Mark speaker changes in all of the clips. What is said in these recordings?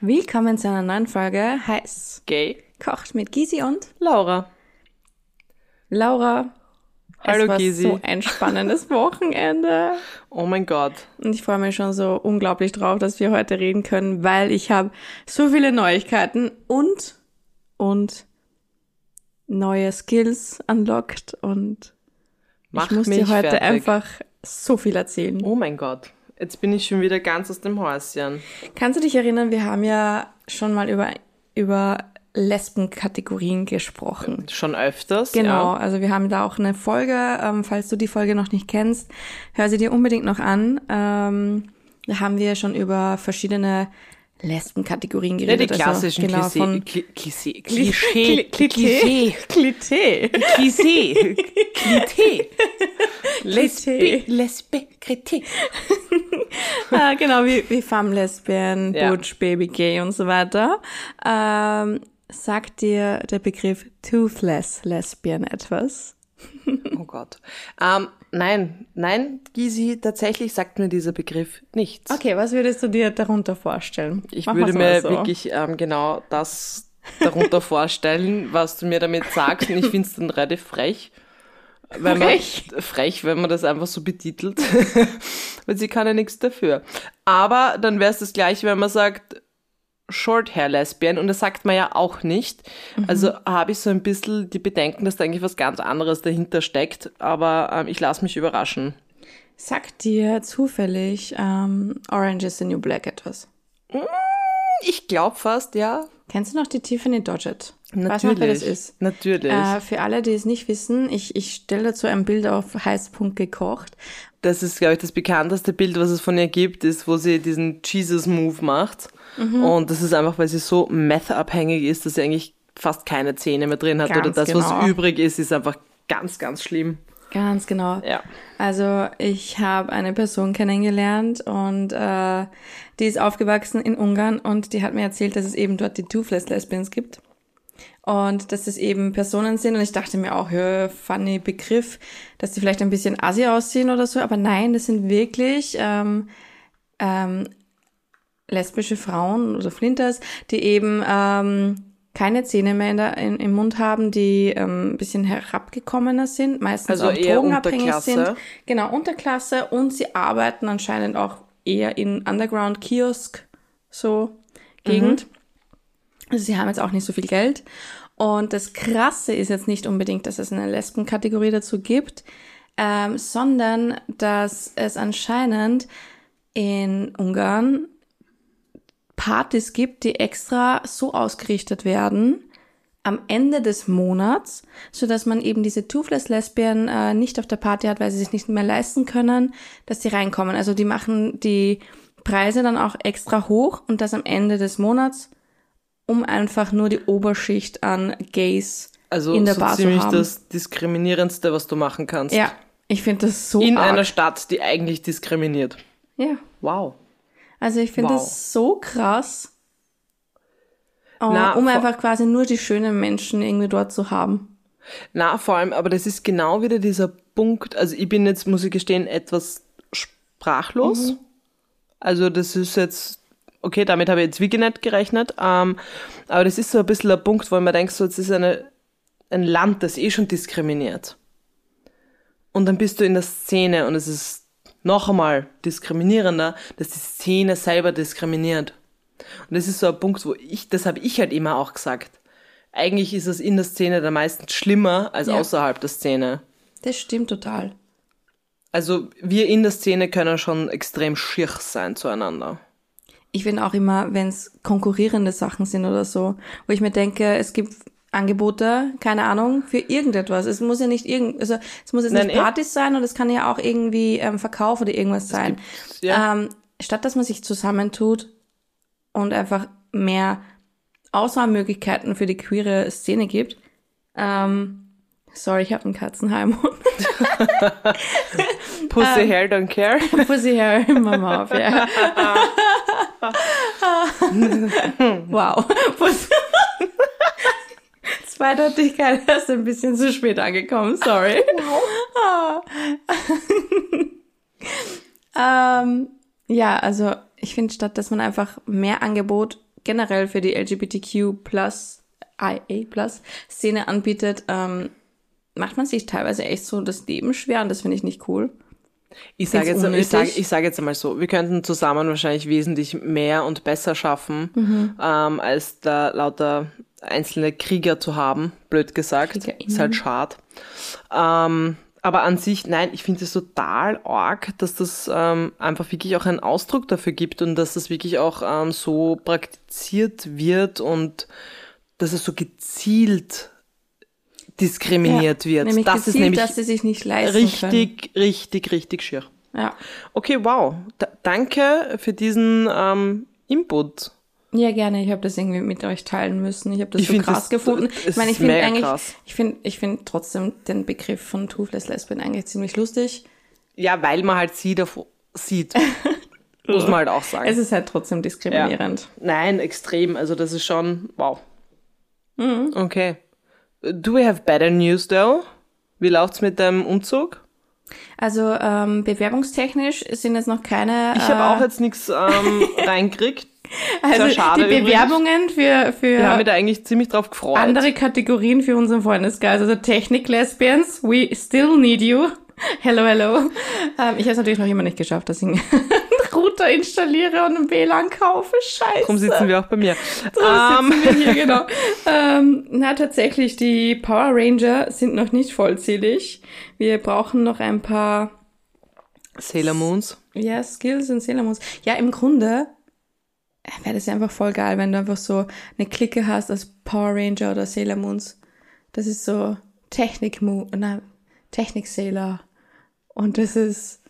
Speaker 1: Willkommen zu einer neuen Folge Heiß
Speaker 2: Gay.
Speaker 1: kocht mit Gisi und
Speaker 2: Laura.
Speaker 1: Laura. es
Speaker 2: Hallo,
Speaker 1: war
Speaker 2: Gysi.
Speaker 1: so ein spannendes Wochenende
Speaker 2: Oh mein Gott.
Speaker 1: und ich freue mich schon so unglaublich drauf, dass wir heute reden können, weil ich habe so viele Neuigkeiten und und neue Skills unlocked und
Speaker 2: Mach
Speaker 1: ich muss
Speaker 2: mich
Speaker 1: dir heute
Speaker 2: fertig.
Speaker 1: einfach so viel erzählen.
Speaker 2: Oh mein Gott. Jetzt bin ich schon wieder ganz aus dem Häuschen.
Speaker 1: Kannst du dich erinnern, wir haben ja schon mal über über Lesbenkategorien gesprochen.
Speaker 2: Schon öfters.
Speaker 1: Genau,
Speaker 2: Ja.
Speaker 1: also wir haben da auch eine Folge. Ähm, falls du die Folge noch nicht kennst, hör sie dir unbedingt noch an. Ähm, da haben wir schon über verschiedene Lesbenkategorien
Speaker 2: Ja,
Speaker 1: geredet.
Speaker 2: die klassischen
Speaker 1: also, genau,
Speaker 2: Klischee.
Speaker 1: Von
Speaker 2: Kli- Klischee.
Speaker 1: Kli-
Speaker 2: Klischee.
Speaker 1: Kli- Klischee. Klischee.
Speaker 2: Klischee. Klischee.
Speaker 1: Klischee.
Speaker 2: Lesbe. Lesbe. Kritik.
Speaker 1: Ah, genau, wie, wie Femme, Lesbian,
Speaker 2: Ja.
Speaker 1: Butch, Baby, Gay und so weiter. Ähm, sagt dir der Begriff Toothless Lesbian etwas?
Speaker 2: Oh Gott. Ähm, nein, nein, Gisi, tatsächlich sagt mir dieser Begriff nichts.
Speaker 1: Okay, was würdest du dir darunter vorstellen?
Speaker 2: Ich
Speaker 1: Machen
Speaker 2: würde
Speaker 1: wir's mal
Speaker 2: mir
Speaker 1: so. also.
Speaker 2: wirklich ähm, genau das darunter vorstellen, was du mir damit sagst. Und ich finde es dann relativ frech. Wenn
Speaker 1: Frech?
Speaker 2: Man, frech, wenn man das einfach so betitelt. Weil sie kann ja nichts dafür. Aber dann wäre es das gleiche, wenn man sagt, Short Hair Lesbian. Und das sagt man ja auch nicht.
Speaker 1: Mhm.
Speaker 2: Also habe ich so ein bisschen die Bedenken, dass da eigentlich was ganz anderes dahinter steckt. Aber ähm, ich lasse mich überraschen.
Speaker 1: Sagt dir zufällig ähm, Orange is the New Black etwas?
Speaker 2: Ich glaube fast, ja.
Speaker 1: Kennst du noch die Tiffany Dodgett?
Speaker 2: Natürlich.
Speaker 1: Weißt du noch, wer das ist?
Speaker 2: Natürlich.
Speaker 1: Äh, für alle, die es nicht wissen, ich, ich stelle dazu ein Bild auf Heißpunkt gekocht.
Speaker 2: Das ist, glaube ich, das bekannteste Bild, was es von ihr gibt, ist, wo sie diesen Jesus-Move macht.
Speaker 1: Mhm.
Speaker 2: Und das ist einfach, weil sie so meth-abhängig ist, dass sie eigentlich fast keine Zähne mehr drin hat.
Speaker 1: Ganz
Speaker 2: Oder das,
Speaker 1: genau.
Speaker 2: was übrig ist, ist einfach ganz, ganz schlimm.
Speaker 1: Ganz genau.
Speaker 2: Ja.
Speaker 1: Also ich habe eine Person kennengelernt und äh, die ist aufgewachsen in Ungarn und die hat mir erzählt, dass es eben dort die Toothless Lesbians gibt. Und dass es eben Personen sind und ich dachte mir auch, ja, funny Begriff, dass die vielleicht ein bisschen assi aussehen oder so, aber nein, das sind wirklich ähm, ähm, lesbische Frauen oder Flinters, die eben ähm, keine Zähne mehr in der, in, im Mund haben, die ähm, ein bisschen herabgekommener sind, meistens
Speaker 2: Also
Speaker 1: auch
Speaker 2: eher
Speaker 1: drogenabhängig
Speaker 2: Unterklasse.
Speaker 1: sind. Genau, Unterklasse und sie arbeiten anscheinend auch eher in Underground-Kiosk so Gegend. Also sie haben jetzt auch nicht so viel Geld. Und das Krasse ist jetzt nicht unbedingt, dass es eine Lesbenkategorie dazu gibt, ähm, sondern dass es anscheinend in Ungarn Partys gibt, die extra so ausgerichtet werden am Ende des Monats, so dass man eben diese Toothless Lesbian äh, nicht auf der Party hat, weil sie sich nicht mehr leisten können, dass die reinkommen. Also die machen die Preise dann auch extra hoch und das am Ende des Monats, um einfach nur die Oberschicht an Gays
Speaker 2: Also
Speaker 1: in der
Speaker 2: so
Speaker 1: Bar zu
Speaker 2: ziemlich
Speaker 1: haben.
Speaker 2: das Diskriminierendste, was du machen kannst.
Speaker 1: ja, ich finde das so
Speaker 2: In
Speaker 1: arg.
Speaker 2: einer Stadt, die eigentlich diskriminiert.
Speaker 1: ja,
Speaker 2: Wow.
Speaker 1: also ich finde
Speaker 2: Wow.
Speaker 1: das so krass, äh,
Speaker 2: Na,
Speaker 1: um
Speaker 2: vor-
Speaker 1: einfach quasi nur die schönen Menschen irgendwie dort zu haben.
Speaker 2: Na, vor allem, aber das ist genau wieder dieser Punkt. Also ich bin jetzt, muss ich gestehen, etwas
Speaker 1: Mhm.
Speaker 2: sprachlos. Also das ist jetzt, okay, damit habe ich jetzt wirklich nicht gerechnet. Ähm, aber das ist so ein bisschen der Punkt, wo man denkt, so, es ist eine, ein Land, das eh schon diskriminiert. Und dann bist du in der Szene und es ist noch einmal diskriminierender, dass die Szene selber diskriminiert. Und das ist so ein Punkt, wo ich, das habe ich halt immer auch gesagt. Eigentlich ist es in der Szene dann meistens schlimmer als
Speaker 1: Ja.
Speaker 2: außerhalb der Szene.
Speaker 1: Das stimmt total.
Speaker 2: Also wir in der Szene können schon extrem schier sein zueinander.
Speaker 1: ich finde auch immer, wenn es konkurrierende Sachen sind oder so, wo ich mir denke, es gibt Angebote, keine Ahnung, für irgendetwas. Es muss ja nicht irgend, also es muss jetzt
Speaker 2: Nein,
Speaker 1: nicht
Speaker 2: eh.
Speaker 1: Partys sein und es kann ja auch irgendwie ähm, Verkauf oder irgendwas sein.
Speaker 2: gibt's, ja.
Speaker 1: ähm, statt dass man sich zusammentut und einfach mehr Auswahlmöglichkeiten für die queere Szene gibt. Ähm, sorry, ich habe einen Katzenheimhund. Ähm,
Speaker 2: Pussy hair don't care.
Speaker 1: Pussy Hair Mama auf, ja. wow. Pussy. Zweideutigkeit ist ein bisschen zu spät angekommen, sorry. Ah. ähm, ja, also ich finde, statt dass man einfach mehr Angebot generell für die LGBTQ plus IA plus Szene anbietet, ähm, macht man sich teilweise echt so das Leben schwer und das finde ich nicht cool.
Speaker 2: Ich sage
Speaker 1: Find's
Speaker 2: jetzt, ich sag,
Speaker 1: unnötig.
Speaker 2: ich sag jetzt einmal so, wir könnten zusammen wahrscheinlich wesentlich mehr und besser schaffen,
Speaker 1: Mhm.
Speaker 2: ähm, als da lauter einzelne Krieger zu haben, blöd gesagt.
Speaker 1: KriegerInnen.
Speaker 2: Ist halt schad. Ähm, aber an sich, nein, ich finde es total arg, dass das ähm, einfach wirklich auch einen Ausdruck dafür gibt und dass das wirklich auch ähm, so praktiziert wird und dass es so gezielt diskriminiert wird.
Speaker 1: Nämlich
Speaker 2: das
Speaker 1: gezielt,
Speaker 2: ist nämlich
Speaker 1: dass sie sich nicht leisten können.
Speaker 2: richtig, richtig, richtig schier.
Speaker 1: Ja.
Speaker 2: Okay, wow. D danke für diesen ähm, Input.
Speaker 1: Ja, gerne. Ich habe das irgendwie mit euch teilen müssen. Ich habe das
Speaker 2: Ich
Speaker 1: so
Speaker 2: find
Speaker 1: krass
Speaker 2: das-
Speaker 1: gefunden.
Speaker 2: das
Speaker 1: Ich meine, ich
Speaker 2: ist
Speaker 1: finde
Speaker 2: mega
Speaker 1: eigentlich,
Speaker 2: krass.
Speaker 1: ich finde, ich finde trotzdem den Begriff von Toothless Lesbian eigentlich ziemlich lustig.
Speaker 2: Ja, weil man halt sie davor sieht. Muss man halt auch sagen.
Speaker 1: Es ist halt trotzdem diskriminierend.
Speaker 2: Nein, extrem. Also das ist schon wow.
Speaker 1: Mhm.
Speaker 2: Okay. Do we have better news though? Wie läuft's mit dem Umzug?
Speaker 1: Also ähm, bewerbungstechnisch sind jetzt noch keine.
Speaker 2: Ich habe auch jetzt nichts ähm, reingekriegt.
Speaker 1: also
Speaker 2: sehr schade
Speaker 1: die
Speaker 2: übrigens.
Speaker 1: Bewerbungen für für
Speaker 2: Wir haben mich da eigentlich ziemlich drauf gefreut.
Speaker 1: andere Kategorien für unseren Freundeskreis. Also Technik Lesbians, we still need you. Hello, hello. Ähm, ich habe es natürlich noch immer nicht geschafft, dass ich einen Router installiere und einen WLAN kaufe. Scheiße.
Speaker 2: Darum sitzen wir auch bei mir.
Speaker 1: Drum sitzen wir hier, genau. Ähm, na, tatsächlich, die Power Ranger sind noch nicht vollzählig. Wir brauchen noch ein paar
Speaker 2: Sailor Moons.
Speaker 1: ja, Skills und Sailor Moons. Ja, im Grunde wäre das ja einfach voll geil, wenn du einfach so eine Clique hast als Power Ranger oder Sailor Moons. Das ist so Technik Mo na, Technik Sailor. Und das ist,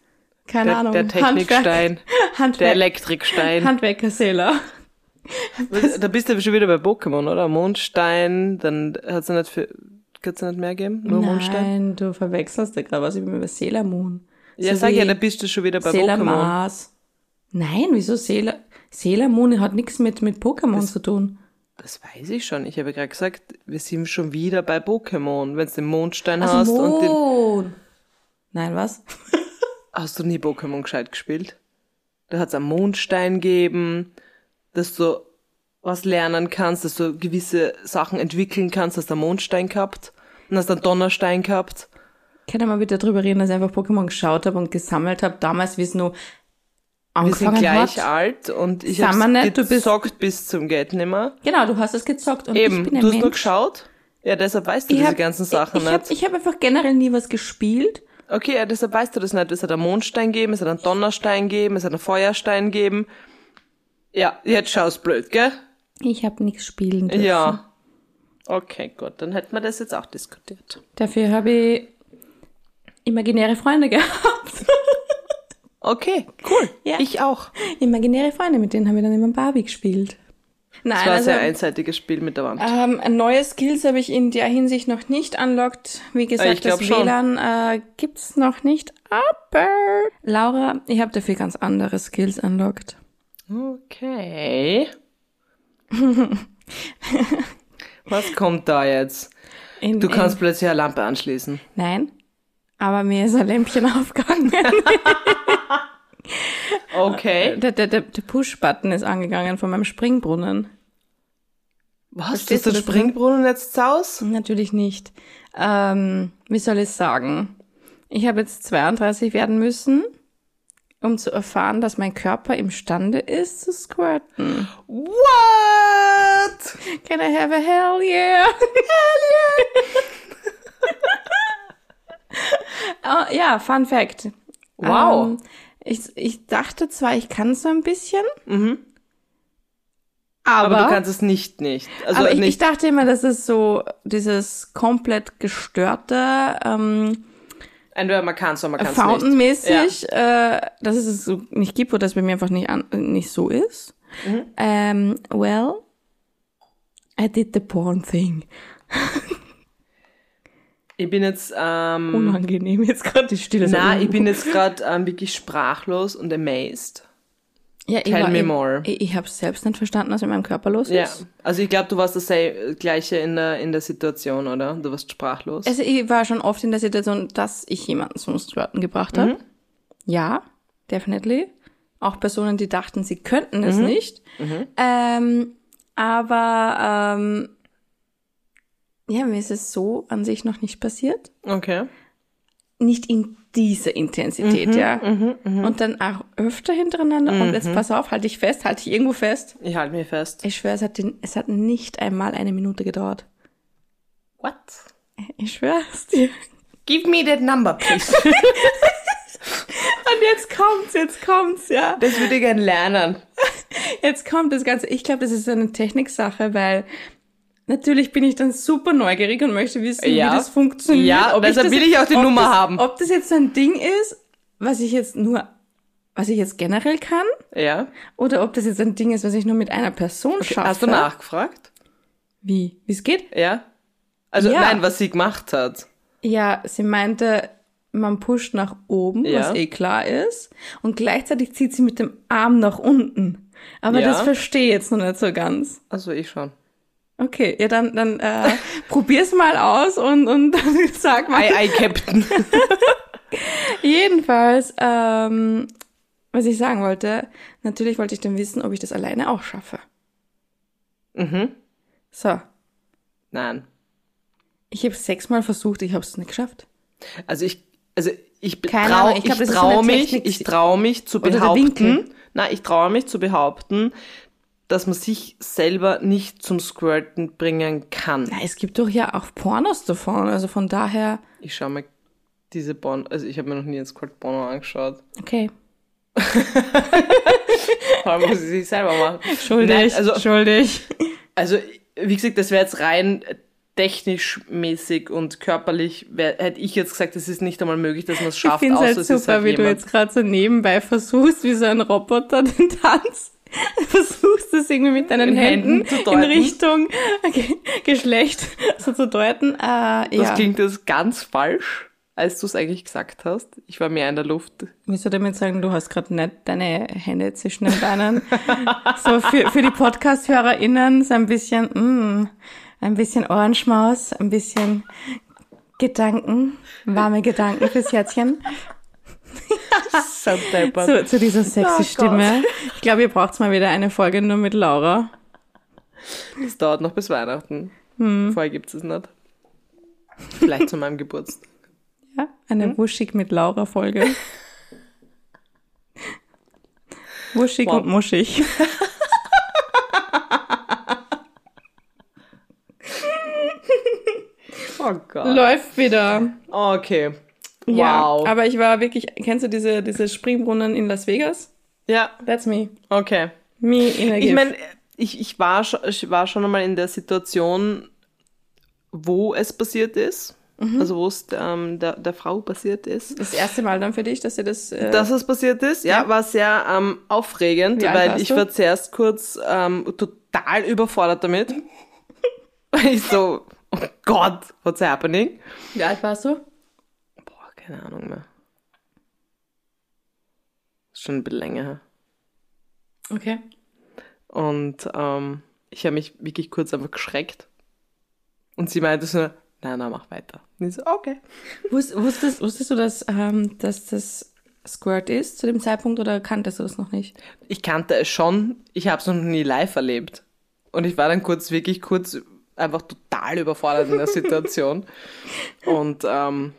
Speaker 1: keine
Speaker 2: Der,
Speaker 1: Ahnung,
Speaker 2: der Technikstein.
Speaker 1: Handwerk,
Speaker 2: Der
Speaker 1: Handwerk,
Speaker 2: Elektrikstein.
Speaker 1: Handwerker Sailor.
Speaker 2: Da bist du schon wieder bei Pokémon, oder? Mondstein, dann hat's ja nicht für. Kannst du nicht mehr geben? Nur Mondstein?
Speaker 1: Nein, du verwechselst da gerade was. Ich bin bei Sailor Moon.
Speaker 2: Ja,
Speaker 1: So
Speaker 2: sag
Speaker 1: wie
Speaker 2: ja, da bist du schon wieder bei
Speaker 1: Sailor
Speaker 2: Pokémon.
Speaker 1: Mars. Nein, wieso Sailor, Sailor Moon hat nichts mit, mit Pokémon zu tun.
Speaker 2: Das weiß ich schon. Ich habe ja gerade gesagt, wir sind schon wieder bei Pokémon. Wenn du den Mondstein hast
Speaker 1: Also
Speaker 2: und den.
Speaker 1: Moon. Nein, was?
Speaker 2: Hast du nie Pokémon gescheit gespielt? Da hat's einen Mondstein geben, dass du was lernen kannst, dass du gewisse Sachen entwickeln kannst, hast einen Mondstein gehabt, dann hast du einen Donnerstein gehabt.
Speaker 1: Kann mal bitte drüber reden, dass ich einfach Pokémon geschaut habe und gesammelt habe, damals, wie es nur
Speaker 2: Wir sind
Speaker 1: angefangen
Speaker 2: gleich
Speaker 1: hat.
Speaker 2: alt und ich
Speaker 1: Sind wir
Speaker 2: habe
Speaker 1: nicht? Du bist-
Speaker 2: gezockt bis zum Geht nimmer.
Speaker 1: Genau, du hast es gezockt und
Speaker 2: Eben,
Speaker 1: ich bin ein
Speaker 2: du hast
Speaker 1: Mensch.
Speaker 2: nur geschaut. Ja, deshalb weißt du
Speaker 1: Ich
Speaker 2: diese
Speaker 1: hab-
Speaker 2: ganzen Sachen
Speaker 1: ich, ich hab-
Speaker 2: nicht.
Speaker 1: Ich habe einfach generell nie was gespielt.
Speaker 2: okay, ja, deshalb weißt du das nicht. Es hat einen Mondstein geben, es hat einen Donnerstein geben, es hat einen Feuerstein geben. Ja, jetzt schaust blöd, gell?
Speaker 1: Ich habe nichts spielen dürfen.
Speaker 2: Ja. Okay, gut, dann hätten wir das jetzt auch diskutiert.
Speaker 1: Dafür habe ich imaginäre Freunde gehabt.
Speaker 2: Okay, cool.
Speaker 1: Ja.
Speaker 2: Ich auch.
Speaker 1: Imaginäre Freunde, mit denen haben wir dann immer Barbie gespielt.
Speaker 2: Das
Speaker 1: Nein,
Speaker 2: war ein
Speaker 1: also
Speaker 2: sehr einseitiges Spiel mit der Wand.
Speaker 1: ähm, neue Skills habe ich in der Hinsicht noch nicht anlockt. Wie
Speaker 2: Äh,
Speaker 1: gesagt,
Speaker 2: ich glaub
Speaker 1: das
Speaker 2: schon.
Speaker 1: WLAN äh, gibt's noch nicht. Aber Laura, ich habe dafür ganz andere Skills anlockt.
Speaker 2: Okay. Was kommt da jetzt?
Speaker 1: In-
Speaker 2: Du
Speaker 1: in-
Speaker 2: kannst plötzlich eine Lampe anschließen.
Speaker 1: Nein, aber mir ist ein Lämpchen aufgegangen.
Speaker 2: Okay.
Speaker 1: der der, der, der Push-Button ist angegangen von meinem Springbrunnen.
Speaker 2: Was?
Speaker 1: Verstehst
Speaker 2: Ist der
Speaker 1: du das nicht?
Speaker 2: Springbrunnen jetzt aus?
Speaker 1: Natürlich nicht. Ähm, wie soll ich sagen? Ich habe jetzt 32 werden müssen, um zu erfahren, dass mein Körper imstande ist zu squirten.
Speaker 2: What?
Speaker 1: Can I have a hell yeah? Hell yeah! oh, ja, Fun Fact.
Speaker 2: Wow.
Speaker 1: Ähm, ich, ich dachte zwar, ich kann so ein bisschen,
Speaker 2: aber,
Speaker 1: aber,
Speaker 2: Mhm. du kannst es nicht nicht. Also
Speaker 1: aber ich, ich
Speaker 2: nicht.
Speaker 1: dachte immer, das ist so dieses komplett gestörte, ähm,
Speaker 2: entweder man kann es oder man kann es nicht.
Speaker 1: Fountain-mäßig, äh, dass es es so nicht gibt oder dass es bei mir einfach nicht, an, nicht so ist.
Speaker 2: Mhm.
Speaker 1: Ähm, well, I did the porn thing.
Speaker 2: Ich bin jetzt ähm,
Speaker 1: Unangenehm, jetzt gerade die Stille. so-
Speaker 2: na, ich bin jetzt gerade ähm, wirklich sprachlos und amazed.
Speaker 1: ja, ich
Speaker 2: Tell me
Speaker 1: ich,
Speaker 2: more.
Speaker 1: Ich, ich habe selbst nicht verstanden, was mit meinem Körper los
Speaker 2: Ja.
Speaker 1: ist.
Speaker 2: Also ich glaube, du warst das sei- gleiche in der in der Situation, oder? Du warst sprachlos.
Speaker 1: Also ich war schon oft in der Situation, dass ich jemanden zum Squirten gebracht
Speaker 2: Mhm.
Speaker 1: habe. Ja,
Speaker 2: Mhm.
Speaker 1: definitely. Auch Personen, die dachten, sie könnten es nicht. Ähm, Aber ähm, ja, mir ist es so an sich noch nicht passiert.
Speaker 2: Okay.
Speaker 1: Nicht in dieser Intensität,
Speaker 2: Mhm.
Speaker 1: ja. und dann auch öfter hintereinander. Und jetzt pass auf, halte ich fest, halte ich irgendwo fest.
Speaker 2: Ich halte mir fest.
Speaker 1: Ich schwöre, es hat, den, es hat nicht einmal eine Minute gedauert.
Speaker 2: What?
Speaker 1: Ich schwör's dir.
Speaker 2: Give me that number, please.
Speaker 1: Und jetzt kommt's, jetzt kommt's, ja.
Speaker 2: das würde ich gern lernen.
Speaker 1: Jetzt kommt das Ganze. Ich glaube, das ist eine Techniksache, weil natürlich bin ich dann super neugierig und möchte wissen,
Speaker 2: Ja.
Speaker 1: wie das funktioniert.
Speaker 2: Ja, deshalb will ich auch die
Speaker 1: ob
Speaker 2: Nummer
Speaker 1: das,
Speaker 2: haben.
Speaker 1: Ob das jetzt ein Ding ist, was ich jetzt nur, was ich jetzt generell kann,
Speaker 2: Ja.
Speaker 1: oder ob das jetzt ein Ding ist, was ich nur mit einer Person schaffe.
Speaker 2: Hast du nachgefragt?
Speaker 1: Wie? Wie es geht?
Speaker 2: Ja. Also
Speaker 1: Ja.
Speaker 2: nein, was sie gemacht hat.
Speaker 1: Ja, sie meinte, man pusht nach oben,
Speaker 2: Ja.
Speaker 1: was eh klar ist, und gleichzeitig zieht sie mit dem Arm nach unten. Aber
Speaker 2: Ja.
Speaker 1: das verstehe ich jetzt noch nicht so ganz.
Speaker 2: Also ich schon.
Speaker 1: Okay, ja, dann, dann äh, probier's mal aus und, und dann sag mal.
Speaker 2: Ei, ei, Captain.
Speaker 1: Jedenfalls, ähm, was ich sagen wollte, natürlich wollte ich dann wissen, ob ich das alleine auch schaffe.
Speaker 2: mhm.
Speaker 1: So,
Speaker 2: Nein.
Speaker 1: ich habe sechsmal versucht, ich habe es nicht geschafft.
Speaker 2: Also ich, also ich
Speaker 1: Keine
Speaker 2: trau,
Speaker 1: Ahnung, ich
Speaker 2: ich,
Speaker 1: glaub, das ist so
Speaker 2: trau
Speaker 1: eine
Speaker 2: mich,
Speaker 1: Technik-
Speaker 2: ich trau mich zu
Speaker 1: der
Speaker 2: behaupten,
Speaker 1: Winkel.
Speaker 2: na, ich traue mich zu behaupten, dass man sich selber nicht zum Squirten bringen kann.
Speaker 1: Na, es gibt doch ja auch Pornos davon, also von daher,
Speaker 2: Ich schau mal diese Bon, also ich habe mir noch nie ein Squirt Bono angeschaut.
Speaker 1: okay.
Speaker 2: Vor allem muss ich sich selber machen.
Speaker 1: Schuldig,
Speaker 2: Nein, also,
Speaker 1: schuldig.
Speaker 2: also wie gesagt, das wäre jetzt rein technisch mäßig und körperlich wär, hätte ich jetzt gesagt, es ist nicht einmal möglich, dass man es
Speaker 1: Ich
Speaker 2: schafft,
Speaker 1: finde
Speaker 2: außer
Speaker 1: halt
Speaker 2: es
Speaker 1: super,
Speaker 2: ist halt
Speaker 1: wie du
Speaker 2: jemand.
Speaker 1: jetzt gerade so nebenbei versuchst, wie so ein Roboter den Tanz, versuchst es irgendwie mit deinen
Speaker 2: In
Speaker 1: Händen,
Speaker 2: Händen zu
Speaker 1: in
Speaker 2: deuten.
Speaker 1: Richtung Ge- Geschlecht so zu deuten. Äh,
Speaker 2: Das
Speaker 1: ja.
Speaker 2: klingt jetzt ganz falsch, als du es eigentlich gesagt hast. Ich war mehr in der Luft.
Speaker 1: Willst du damit sagen, du hast gerade nicht deine Hände zwischen den Beinen? so für, für die Podcast-HörerInnen so ein bisschen, mm, ein bisschen Ohrenschmaus, ein bisschen Gedanken, warme Gedanken fürs Herzchen. Ah.
Speaker 2: So,
Speaker 1: Zu, zu dieser sexy
Speaker 2: Oh Gott.
Speaker 1: Stimme. Ich glaube, ihr braucht mal wieder eine Folge nur mit Laura.
Speaker 2: das dauert noch bis Weihnachten.
Speaker 1: Hm.
Speaker 2: Vorher gibt es es nicht. Vielleicht zu meinem Geburtstag.
Speaker 1: Ja, eine Wuschig mit Laura Folge. Wuschig
Speaker 2: Wow.
Speaker 1: und muschig.
Speaker 2: Oh Gott.
Speaker 1: Läuft wieder.
Speaker 2: Okay.
Speaker 1: Ja,
Speaker 2: Wow.
Speaker 1: aber ich war wirklich, kennst du diese, diese Springbrunnen in Las Vegas?
Speaker 2: Ja,
Speaker 1: That's me.
Speaker 2: okay.
Speaker 1: Me in a
Speaker 2: Ich
Speaker 1: gift.
Speaker 2: meine, ich, ich, war, scho- ich war schon einmal in der Situation, wo es passiert ist. Also wo es ähm, der, der Frau passiert ist.
Speaker 1: das erste Mal dann für dich, dass dir das, äh,
Speaker 2: dass es passiert ist, ja, war sehr ähm, aufregend,
Speaker 1: Wie alt
Speaker 2: weil
Speaker 1: warst
Speaker 2: ich
Speaker 1: du?
Speaker 2: war zuerst kurz ähm, total überfordert damit. Weil ich so, oh Gott, what's happening?
Speaker 1: wie alt warst du?
Speaker 2: Boah, keine Ahnung mehr. Ist Schon ein bisschen länger her.
Speaker 1: Okay.
Speaker 2: Und ähm, ich habe mich wirklich kurz einfach geschreckt. Und sie meinte so, nein, nein, mach weiter. Und ich so, okay.
Speaker 1: Wus- Wusstest, wusstest du, dass, ähm, dass das Squirt ist zu dem Zeitpunkt oder kanntest du das noch nicht?
Speaker 2: Ich kannte es schon, ich habe es noch nie live erlebt. Und ich war dann kurz, wirklich kurz, einfach total überfordert in der Situation. Und ähm,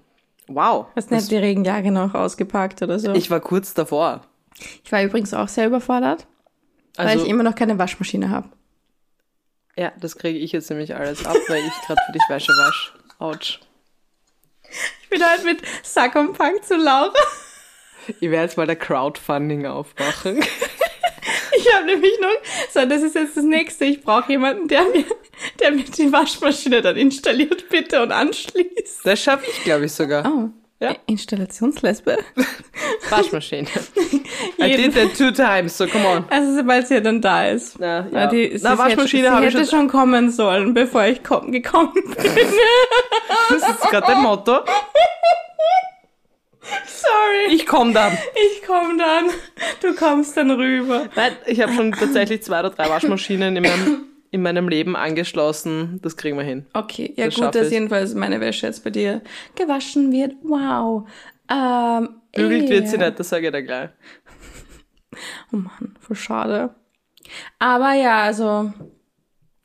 Speaker 2: wow,
Speaker 1: Hast nicht die Regenjacke noch ausgepackt oder so?
Speaker 2: ich war kurz davor.
Speaker 1: Ich war übrigens auch sehr überfordert, weil
Speaker 2: Also,
Speaker 1: ich immer noch keine Waschmaschine habe.
Speaker 2: ja, das kriege ich jetzt nämlich alles ab, weil ich gerade für dich Wäsche wasch. Autsch.
Speaker 1: Ich bin halt mit Sack und Pack zu Laura.
Speaker 2: Ich werde jetzt mal der Crowdfunding aufmachen.
Speaker 1: Ich habe nämlich noch, so das ist jetzt das nächste. Ich brauche jemanden, der mir, der mir die Waschmaschine dann installiert, bitte und anschließt.
Speaker 2: Das schaffe ich, glaube ich, sogar.
Speaker 1: Oh,
Speaker 2: Ja.
Speaker 1: Installationslesbe.
Speaker 2: Waschmaschine. I did that two times, so come on.
Speaker 1: Also sobald sie dann da ist.
Speaker 2: Na,
Speaker 1: Weil
Speaker 2: ja.
Speaker 1: die, sie-
Speaker 2: Na
Speaker 1: sie
Speaker 2: Waschmaschine
Speaker 1: hätte-
Speaker 2: habe
Speaker 1: sie
Speaker 2: ich
Speaker 1: hätte
Speaker 2: jetzt.
Speaker 1: schon kommen sollen, bevor ich komm, gekommen bin.
Speaker 2: Das ist gerade dein Motto.
Speaker 1: Sorry,
Speaker 2: Ich komme dann.
Speaker 1: ich komm dann. Du kommst dann rüber.
Speaker 2: Nein, ich habe schon tatsächlich zwei oder drei Waschmaschinen in meinem, in meinem Leben angeschlossen. Das kriegen wir hin.
Speaker 1: Okay, ja
Speaker 2: Das
Speaker 1: gut,
Speaker 2: schaffe
Speaker 1: dass
Speaker 2: ich.
Speaker 1: jedenfalls meine Wäsche jetzt bei dir gewaschen wird. Wow. Ähm,
Speaker 2: Bügelt wird sie
Speaker 1: eh.
Speaker 2: nicht, das sage ich dir gleich.
Speaker 1: Oh Mann, voll schade. Aber ja, also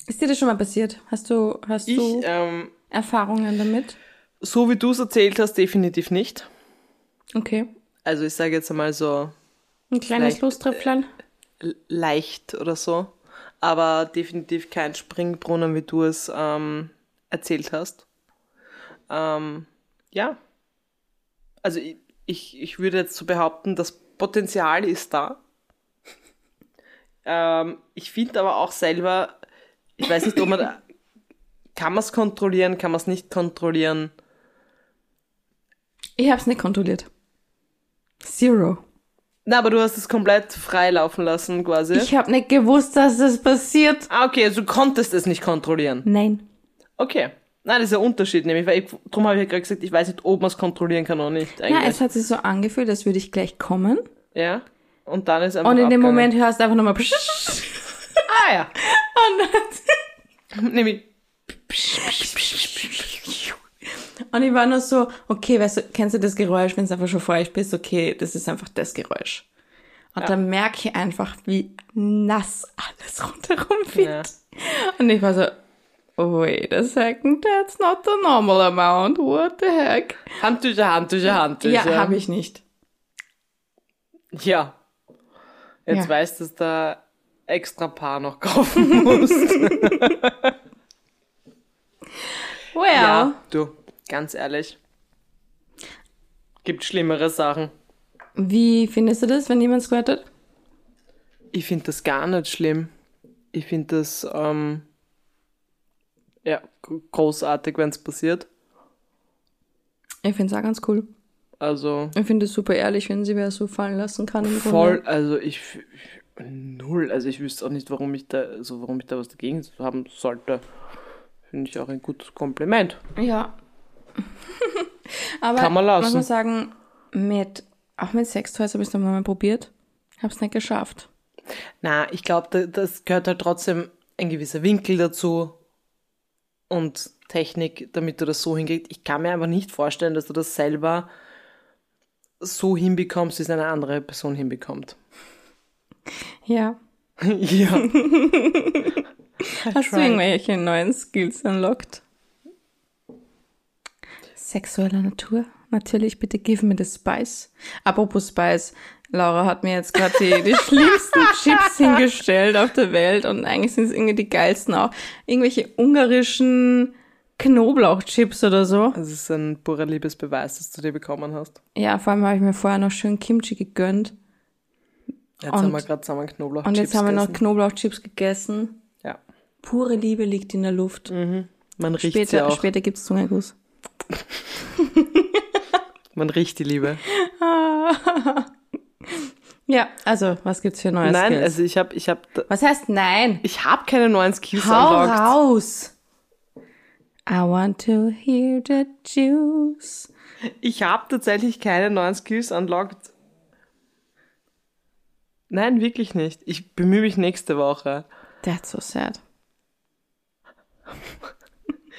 Speaker 1: Ist dir das schon mal passiert? Hast du, hast
Speaker 2: Ich,
Speaker 1: du
Speaker 2: ähm,
Speaker 1: Erfahrungen damit?
Speaker 2: so wie du es erzählt hast, definitiv nicht.
Speaker 1: Okay.
Speaker 2: Also ich sage jetzt einmal so
Speaker 1: Ein kleines
Speaker 2: Vielleicht, äh,
Speaker 1: Loströpflein.
Speaker 2: l- leicht oder so. Aber definitiv kein Springbrunnen, wie du es ähm, erzählt hast. Ähm, ja. Also ich, ich, ich würde jetzt so behaupten, das Potenzial ist da. Ähm, ich finde aber auch selber, ich weiß nicht, ob man da- kann man es kontrollieren, kann man es nicht kontrollieren.
Speaker 1: Ich hab's nicht kontrolliert. Zero.
Speaker 2: Na, aber du hast es komplett frei laufen lassen, quasi.
Speaker 1: Ich hab nicht gewusst, dass das passiert.
Speaker 2: ah, okay, also du konntest es nicht kontrollieren.
Speaker 1: Nein.
Speaker 2: Okay. Nein, das ist ein Unterschied, nämlich, weil ich, darum habe ich ja gerade gesagt, ich weiß nicht, ob man es kontrollieren kann oder nicht,
Speaker 1: Ja,
Speaker 2: eigentlich.
Speaker 1: es hat sich so angefühlt, als würde ich gleich kommen.
Speaker 2: Ja. Und dann ist einfach.
Speaker 1: Und in dem
Speaker 2: abgegangen.
Speaker 1: Moment hörst du einfach nochmal. Und
Speaker 2: Ah ja.
Speaker 1: dann
Speaker 2: Nämlich.
Speaker 1: Und ich war nur so, okay, weißt du, kennst du das Geräusch, wenn es einfach schon feucht bist, okay, das ist einfach das Geräusch. Und dann merke ich einfach, wie nass alles rundherum wird. Und ich war so, wait a second, that's not the normal amount, what the heck?
Speaker 2: Handtücher, Handtücher,
Speaker 1: ja,
Speaker 2: Handtücher.
Speaker 1: hab habe ich nicht.
Speaker 2: Ja. Jetzt
Speaker 1: Ja.
Speaker 2: weißt du, dass da extra Paar noch kaufen musst.
Speaker 1: Well,
Speaker 2: ja. Du, ganz ehrlich. Gibt schlimmere Sachen.
Speaker 1: wie findest du das, wenn jemand squirtet?
Speaker 2: Ich finde das gar nicht schlimm. Ich finde das, ähm, ja, gr- großartig, wenn es passiert.
Speaker 1: Ich finde es auch ganz cool.
Speaker 2: Also,
Speaker 1: Ich finde es super ehrlich, wenn sie wer so fallen lassen kann. Im
Speaker 2: Voll,
Speaker 1: Grunde.
Speaker 2: also ich, ich null, also ich wüsste auch nicht, warum ich da, also warum ich da was dagegen haben sollte. Finde ich auch ein gutes Kompliment.
Speaker 1: Ja. Aber
Speaker 2: Kann man lassen.
Speaker 1: muss man sagen, mit, auch mit Sextoys habe ich es nochmal mal probiert. Hab's nicht geschafft.
Speaker 2: Na, ich glaube, da, das gehört halt trotzdem ein gewisser Winkel dazu und Technik, damit du das so hinkriegst. Ich kann mir aber nicht vorstellen, dass du das selber so hinbekommst, wie es eine andere Person hinbekommt.
Speaker 1: Ja.
Speaker 2: ja.
Speaker 1: Hast du
Speaker 2: tried.
Speaker 1: irgendwelche neuen Skills unlocked? Sexueller Natur? Natürlich, bitte give me the spice. Apropos Spice, Laura hat mir jetzt gerade die, die schlimmsten Chips hingestellt auf der Welt und eigentlich sind es irgendwie die geilsten auch. Irgendwelche ungarischen Knoblauchchips oder so.
Speaker 2: Das ist ein purer Liebesbeweis, das du dir bekommen hast.
Speaker 1: Ja, vor allem habe ich mir vorher noch schön Kimchi gegönnt.
Speaker 2: Jetzt
Speaker 1: Und-
Speaker 2: haben wir gerade zusammen Knoblauch.
Speaker 1: Und jetzt haben wir noch Knoblauchchips gegessen.
Speaker 2: Ja.
Speaker 1: Pure Liebe liegt in der Luft.
Speaker 2: Man Mhm. riecht sie
Speaker 1: Später,
Speaker 2: auch.
Speaker 1: später gibt's Zungenguss.
Speaker 2: Man riecht die Liebe.
Speaker 1: Ja, also, was gibt's für Neues?
Speaker 2: Nein,
Speaker 1: Skills?
Speaker 2: also ich habe ich hab,
Speaker 1: was heißt nein?
Speaker 2: ich hab keine neuen Skills
Speaker 1: Hau
Speaker 2: unlocked.
Speaker 1: raus! I want to hear the juice.
Speaker 2: Ich habe tatsächlich keine neuen Skills unlocked. Nein, wirklich nicht. Ich bemühe mich nächste Woche.
Speaker 1: That's so sad.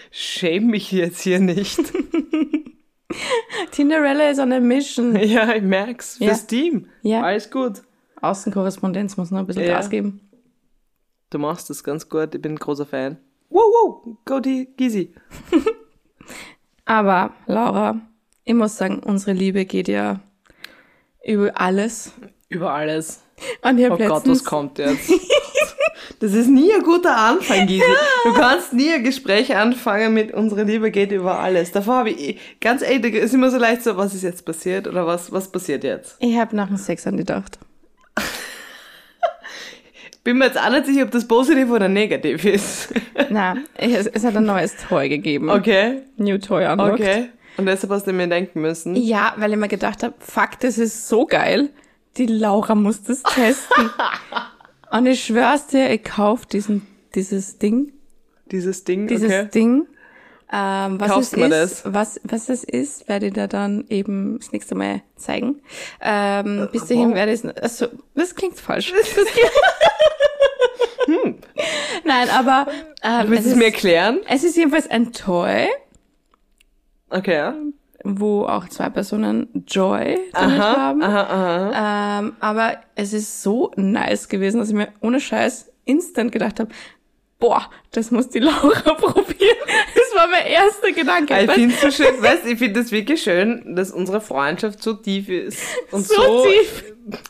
Speaker 2: Schäme mich jetzt hier nicht.
Speaker 1: Tinderella is on a mission.
Speaker 2: ja, ich merk's. Für
Speaker 1: Ja.
Speaker 2: Steam.
Speaker 1: Ja.
Speaker 2: Alles gut.
Speaker 1: Außenkorrespondenz muss noch ein bisschen
Speaker 2: Ja.
Speaker 1: Gas geben.
Speaker 2: Du machst das ganz gut. Ich bin ein großer Fan. Wow, wow. Go die Gizi.
Speaker 1: Aber, Laura, ich muss sagen, unsere Liebe geht ja über alles.
Speaker 2: Über alles.
Speaker 1: Und ich
Speaker 2: Oh
Speaker 1: hab letztens,
Speaker 2: Gott, was kommt jetzt? Das ist nie ein guter Anfang, Gisi. Du kannst nie ein Gespräch anfangen mit unsere Liebe geht über alles. Davor habe ich, ganz ehrlich, es ist immer so leicht so, was ist jetzt passiert oder was, was passiert jetzt?
Speaker 1: Ich hab nach dem Sex an die gedacht.
Speaker 2: Bin mir jetzt auch nicht sicher, ob das positiv oder negativ ist.
Speaker 1: Na, es, es hat ein neues Toy gegeben.
Speaker 2: Okay,
Speaker 1: New Toy unlocked.
Speaker 2: okay. Und deshalb hast du mir denken müssen.
Speaker 1: Ja, weil ich mir gedacht habe, fuck, das ist so geil. Die Laura muss das testen. Und ich schwör's dir, ich kauf diesen, dieses Ding,
Speaker 2: Dieses Ding,
Speaker 1: dieses
Speaker 2: okay.
Speaker 1: Ding. Ähm, was
Speaker 2: Kaufst
Speaker 1: es
Speaker 2: mir
Speaker 1: ist, was, was es ist, werde ich dir dann eben das nächste Mal zeigen. Ähm, bis dahin werde ich es, also, das klingt falsch. Das klingt Hm. Nein, aber, ähm,
Speaker 2: Willst du es mir erklären?
Speaker 1: es ist jedenfalls ein Toy,
Speaker 2: Okay, ja.
Speaker 1: wo auch zwei Personen Joy damit haben. Ähm, aber es ist so nice gewesen, dass ich mir ohne Scheiß instant gedacht habe, boah, das muss die Laura probieren. Das war mein erster Gedanke.
Speaker 2: Ich
Speaker 1: Weil-
Speaker 2: finde so schön, weißt ich finde das wirklich schön, dass unsere Freundschaft so tief ist und so,
Speaker 1: so, tief.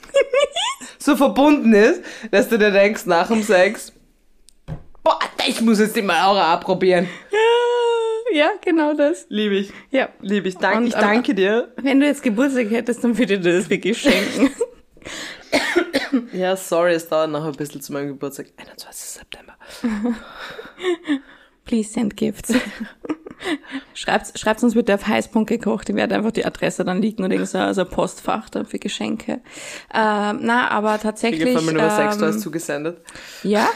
Speaker 2: so verbunden ist, dass du dir denkst, nach dem Sex, boah, ich muss jetzt die Maura abprobieren.
Speaker 1: Ja, genau das.
Speaker 2: Liebe ich,
Speaker 1: Ja.
Speaker 2: liebe ich, danke,
Speaker 1: Und,
Speaker 2: ich
Speaker 1: ähm,
Speaker 2: danke dir.
Speaker 1: Wenn du jetzt Geburtstag hättest, dann würde ich dir das wirklich schenken.
Speaker 2: Ja, sorry, es dauert noch ein bisschen zu meinem Geburtstag, 21. September.
Speaker 1: Please send gifts. schreibt's, schreibt's uns bitte auf heiß.gekocht. Ich werde einfach die Adresse dann liegen und irgend so also ein Postfach dann für Geschenke. Ähm, na, aber
Speaker 2: Ich
Speaker 1: tatsächlich.
Speaker 2: habe mir nur
Speaker 1: ähm,
Speaker 2: Sextoys zugesendet.
Speaker 1: ja,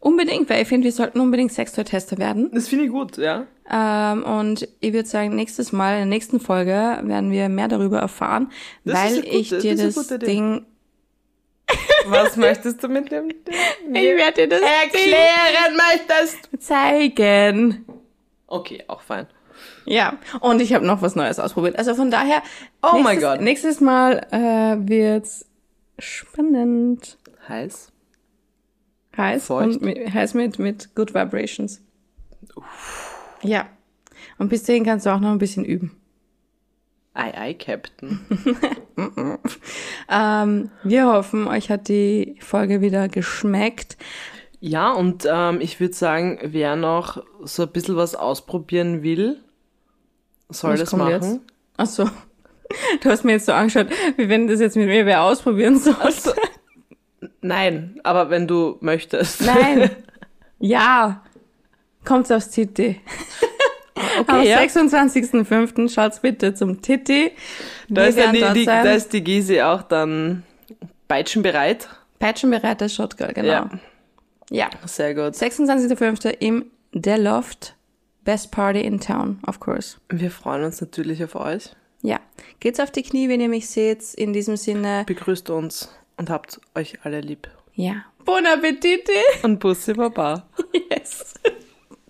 Speaker 1: unbedingt, weil ich finde, wir sollten unbedingt Sextoy-Tester werden.
Speaker 2: Das finde ich gut, ja.
Speaker 1: Ähm, und ich würde sagen, nächstes Mal, in der nächsten Folge, werden wir mehr darüber erfahren,
Speaker 2: Das ist
Speaker 1: weil
Speaker 2: eine gute-
Speaker 1: ich dir
Speaker 2: das ist eine
Speaker 1: das,
Speaker 2: gute Idee.
Speaker 1: Ding.
Speaker 2: Was möchtest du mitnehmen?
Speaker 1: Ich werde dir das
Speaker 2: Erklären möchtest.
Speaker 1: Ding zeigen.
Speaker 2: Okay, auch fein.
Speaker 1: Ja, und ich habe noch was Neues ausprobiert. Also von daher,
Speaker 2: Oh
Speaker 1: nächstes,
Speaker 2: mein Gott.
Speaker 1: nächstes Mal äh, wird's spannend.
Speaker 2: Heiß.
Speaker 1: Heiß
Speaker 2: Feucht.
Speaker 1: und mit, heiß mit, mit Good Vibrations. Ja. Und bis dahin kannst du auch noch ein bisschen üben.
Speaker 2: Ei, ei, Captain.
Speaker 1: Ähm, wir hoffen, euch hat die Folge wieder geschmeckt.
Speaker 2: Ja, und ähm, ich würde sagen, wer noch so ein bisschen was ausprobieren will, soll
Speaker 1: Was
Speaker 2: das
Speaker 1: kommt
Speaker 2: machen.
Speaker 1: jetzt? Ach so. Du hast mir jetzt so angeschaut, wie wenn das jetzt mit mir wer ausprobieren soll.
Speaker 2: Nein, aber wenn du möchtest.
Speaker 1: Nein. ja. Kommt's aufs Titi. Am
Speaker 2: ja.
Speaker 1: 26.05. schaut's bitte zum Titi.
Speaker 2: da,
Speaker 1: Wir
Speaker 2: ist dann
Speaker 1: werden
Speaker 2: die,
Speaker 1: dort
Speaker 2: die,
Speaker 1: sein.
Speaker 2: da ist die Gisi auch dann peitschenbereit.
Speaker 1: Peitschenbereiter Shotgirl, genau.
Speaker 2: Ja.
Speaker 1: Ja.
Speaker 2: Sehr gut.
Speaker 1: 26.05. im Der Loft. Best Party in Town, of course.
Speaker 2: Wir freuen uns natürlich auf euch.
Speaker 1: Ja. Geht's auf die Knie, wenn ihr mich seht. In diesem Sinne,
Speaker 2: Begrüßt uns und habt euch alle lieb.
Speaker 1: ja. Bon appetit!
Speaker 2: Und Bussi Baba.